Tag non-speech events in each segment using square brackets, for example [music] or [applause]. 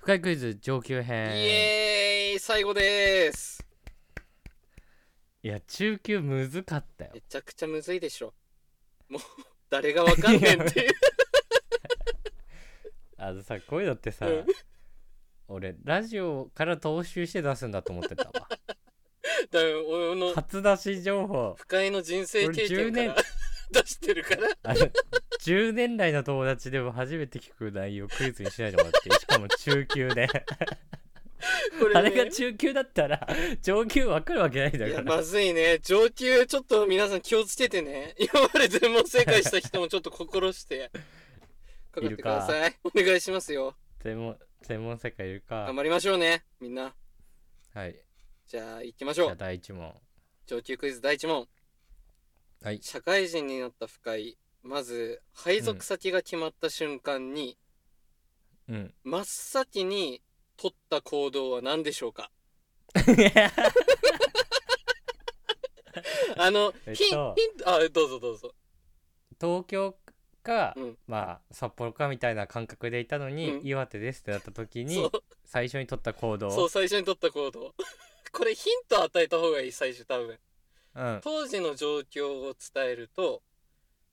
深いクイズ上級イ編エーイ最後ですいや中級むずかったよめちゃくちゃむずいでしょもう [laughs] 誰がわかんねんっていうあのさこういうのってさうん俺ラジオから踏襲して出すんだと思ってた [laughs] わだから俺の初出し情報不快の人生経験から俺10 [laughs] 出してるからあの10年来の友達でも初めて聞く内容クイズにしないでもらってしかも中級 [laughs] でこれ、ね、あれが中級だったら上級わかるわけないんだいかやらまずいね上級ちょっと皆さん気をつけてね今まで全問正解した人もちょっと心してかかってくださいお願いしますよ専門専門世界いるか頑張りましょうねみんなはいじゃあ行きましじょゃあう第1問上級クイズ第1問はい社会人になった深井まず配属先が決まった瞬間に、 [laughs] うん真っ先に取った行動は何でしょ [laughs] うかあの、えっとヒンヒントあどうぞどうぞ東京か、うんまあ札幌かみたいな感覚でいたのに、うん岩手ですってなった時そにう最初に取った行動そう最初に取った行動 [laughs] これヒント与えた方がいい最初多分うん、当時の状況を伝えると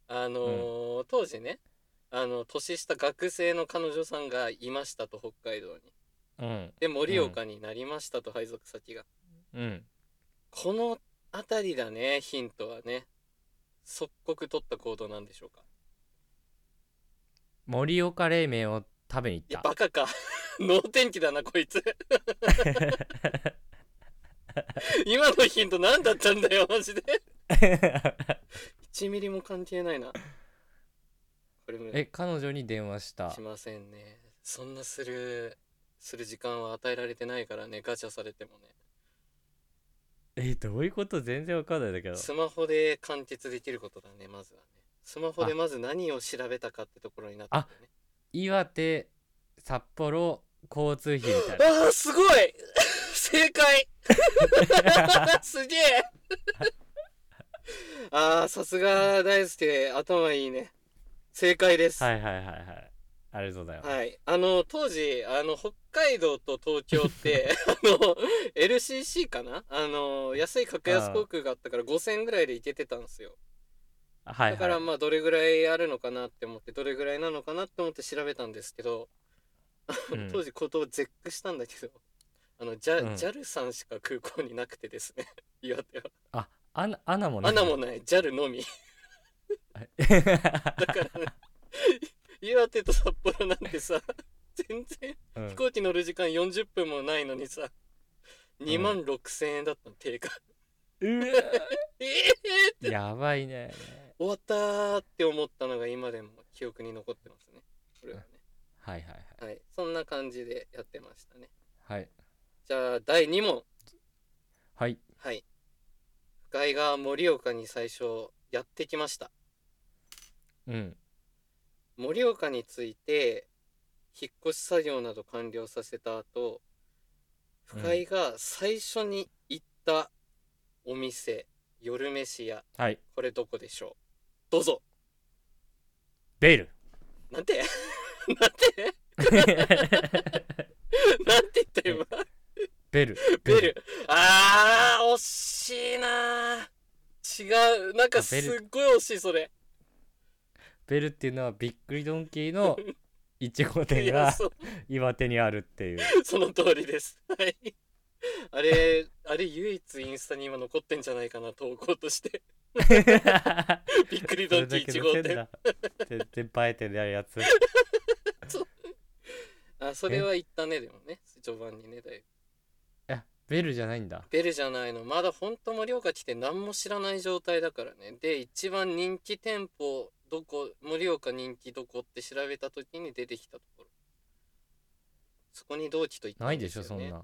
あのー当時ねあの年下学生の彼女さんがいましたと北海道にうんで盛岡になりましたと配属先が、うん、この辺りだねヒントはね即刻取った行動なんでしょうか盛岡冷麺を食べにい行やっバカか [laughs] 能天気だなこいつ今のヒント何だったんだよマジでた1ミリも関係ないなこれ [laughs] もえ彼女に電話したしませんねそんなするする時間は与えられてないからねガチャされてもねえどういうこと全然わかんないんだけどスマホで完結できることだねまずはねスマホであまず何を調べたかってところになってるね岩手札幌交通費みたい [laughs] なあーすごい正解 [laughs] すげえ [laughs] あーさすが大輔頭いいね正解ですはいはいはいはいありがとうございます、はい、あの当時あの北海道と東京って [laughs] あの LCC かなあの安い格安航空があったから5000円ぐらいで行けてたんですよはいだからまあどれぐらいあるのかなって思ってどれぐらいなのかなって思って調べたんですけど、うん当時行動を絶句したんだけど [laughs] あのジャ、うん JAL さんしか空港になくてですね [laughs] 岩手はあアナアナもね穴もない JAL の [laughs] みだから、岩手と札幌なんてさ [laughs] 全然うん飛行機乗る時間40分もないのにさ2万6000円だったの定価うわええやばいね終わったーって思ったのが今でも記憶に残ってますねこれはねはいはいはいそんな感じでやってましたねはいはいじゃあ第2問はいはい深井が盛岡に最初やってきましたうん盛岡について引っ越し作業など完了させた後うん深井が最初に行ったお店、夜飯屋はいこれどこでしょうどうぞベイル [laughs] なんて [laughs] なんてなんて言った今ベルベルあー惜しいなー違うなんかすっごい惜しいそれベルっていうのはびっくりドンキー [laughs] のいちごい店やがそ岩手にあるって [laughs] いう [laughs] その通りですはいあれあれ唯一インスタに今残ってんじゃないかな投稿 [laughs] としてびっくりそドれだンキけ1の号せい店だ全然映えてるや [laughs] つあそれは言ったねでもね序盤にねだいぶあベルじゃないんだベルじゃないのまだほんと盛岡来て何も知らない状態だからねで一番人気店舗どこ盛岡人気どこって調べた時に出てきたところそこに同期と言ったないんですしょよそねんな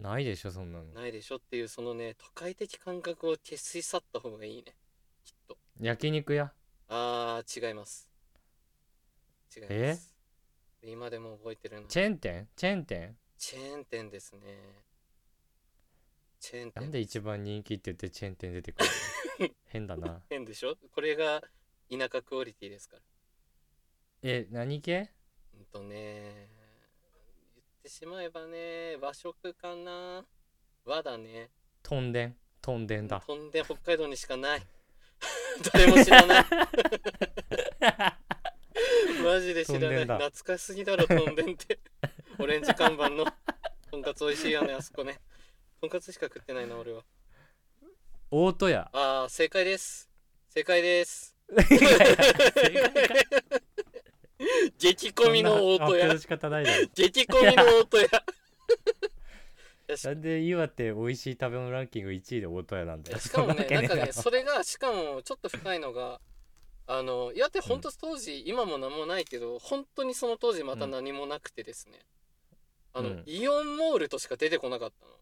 ないでしょそんなのないでしょっていうそのね都会的感覚を消し去った方がいいねきっと焼肉屋あー違います違いますえ今でも覚えてるなチェーン店チェーン店チェーン店ですねチェーンなん店で一番人気って言ってチェーン店出てくる [laughs] の変だな変でしょこれが田舎クオリティですからえ何系うんとねしまえばね、和食かな。和だね。とんでんとんでんだ飛んで北海道にしかない。 [laughs] 誰も知らない。 [laughs] マジで知らとんなでい。んだ懐かしすぎだろ、とんでんって。オレンジ看板のとんかつ美味しいよね、あそこね。とんかつしか食ってないな、俺は。大戸 [laughs] 屋ああ、正解です。正解です。いやいや正解か激混みのそん大戸な発表屋の。仕方ないだろ激混みの大戸屋。なんで岩手美味しい食べ物ランキング1位で大戸屋なんだよしかもね、そんなわんかけね、えだろそれが、しかも、ちょっと深いのが、あの、岩手、本当当時、今も何もないけど、本当にその当時また何もなくてですね、あの、うんイオンモールとしか出てこなかったの。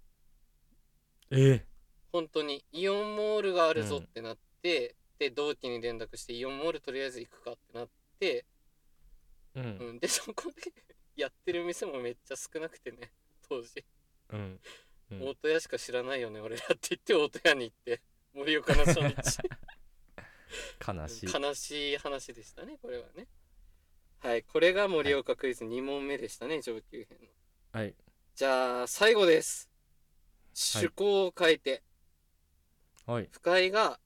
え本当に、イオンモールがあるぞってなって、で、同期に連絡して、イオンモールとりあえず行くかってなって、うんうん、で、そこで [laughs] やってる店もめっちゃ少なくてね、当時。うんうん大戸屋しか知らないよね、俺らって言って、大戸屋に行って、盛岡の初日。悲しい悲しい話でしたねこれはねはいこれが盛岡クイズ2問目でしたね、上級編のはいじゃあ最後ですはい趣向を変えて、はい深井が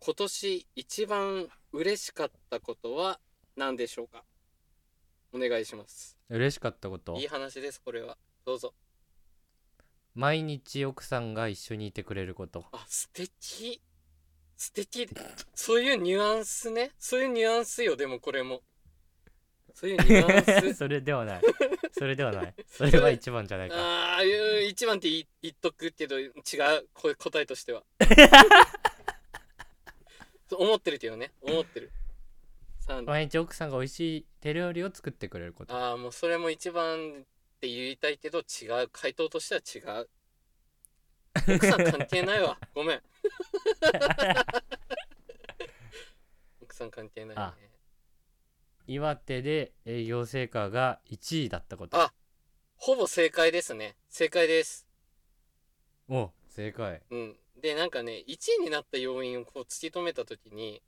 今年一番嬉しかったことは何でしょうかお願いします嬉しかったこといい話ですこれはどうぞ毎日奥さんが一緒にいてくれることあ素敵素敵そういうニュアンスねそういうニュアンスよでもこれもそういうニュア [laughs] ンスそれでは [laughs] ないそれではないそれは一番じゃないかああいう一番って言い言っとくけど違うこ答え [laughs] としてはそう思ってるけどね思ってるさんあ毎日奥さんが美味しい手料理を作ってくれることあーもうそれも一番って言いたいけど違う回答としては違 [laughs] う奥さん関係ないわごめん奥さん関係ないねあ岩手で営業成果が1位だったことあほぼ正解ですね正解ですお正解うん、でなんかね1位になった要因をこう突き止めた時に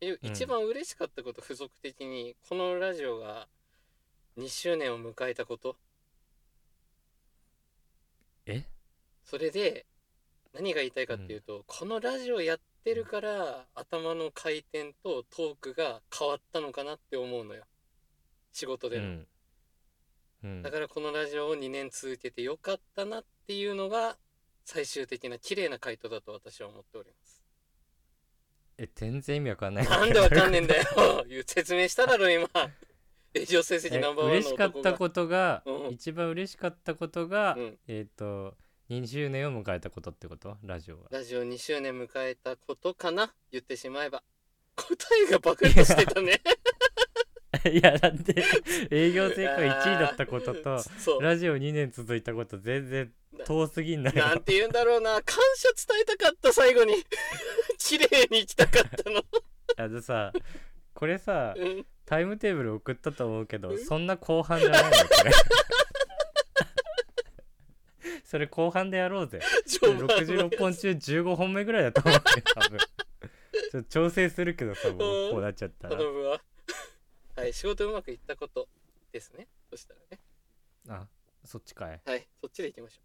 えうん一番嬉しかったこと付属的にこのラジオが2周年を迎えたことえそれで何が言いたいかっていうと、このラジオやってるから頭の回転とトークが変わったのかなって思うのよ仕事うでの、んうんだからこのラジオを2年続けてよかったなっていうのが最終的な綺麗な回答だと私は思っておりますえ全然意味わ [laughs] かんないなんでわかんねえんだよ [laughs] 説明しただ [laughs] ろ今営業成績えナンバーワン嬉しのかっ男がたことが、うん一番嬉しかったことが、うんえっ、と20年を迎えたことってことラジオは [laughs] ラジオ2周年迎えたことかな言ってしまえば答えがバクッとして [laughs] たねいやだ [laughs] って営業成果1位だったこととそうラジオ2年続いたこと全然遠すぎんなよ [laughs] なんて言うんだろうな感謝伝えたかった最後に [laughs] 綺麗に行きたかったの、 [laughs] あのさこれさうん [laughs] タイムテーブル送ったと思うけどうんそんな後半じゃないのこれ [laughs] それ後半でやろうぜ序盤は66本中15本目ぐらいだと思うけど多分ちょっと調整するけどさもううんこうなっちゃったら頼むわ [laughs] はい仕事うまくいったことですねそしたらねあそっちかいはいそっちで行きましょ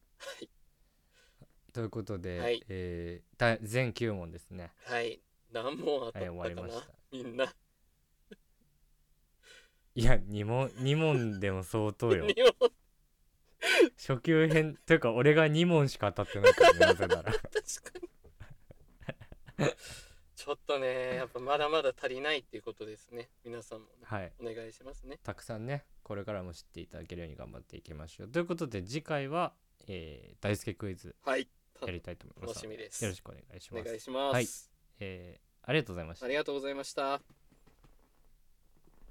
ということで、はいえーだ全9問ですねうはい何問当たはい終わりまったかな、したみんないや2問2問でも相当 [laughs] よ二問初級編というか俺が2問しか当たってないからねなぜなら [laughs] 確かに [laughs] ちょっとねやっぱまだまだ足りないっていうことですね皆さんもねはいお願いしますねたくさんねこれからも知っていただけるように頑張っていきましょうということで次回は、えー大輔クイズはいやりたいと思います楽しみですよろしくお願いしおます願いします、はいえーありがとうございましたありがとうございました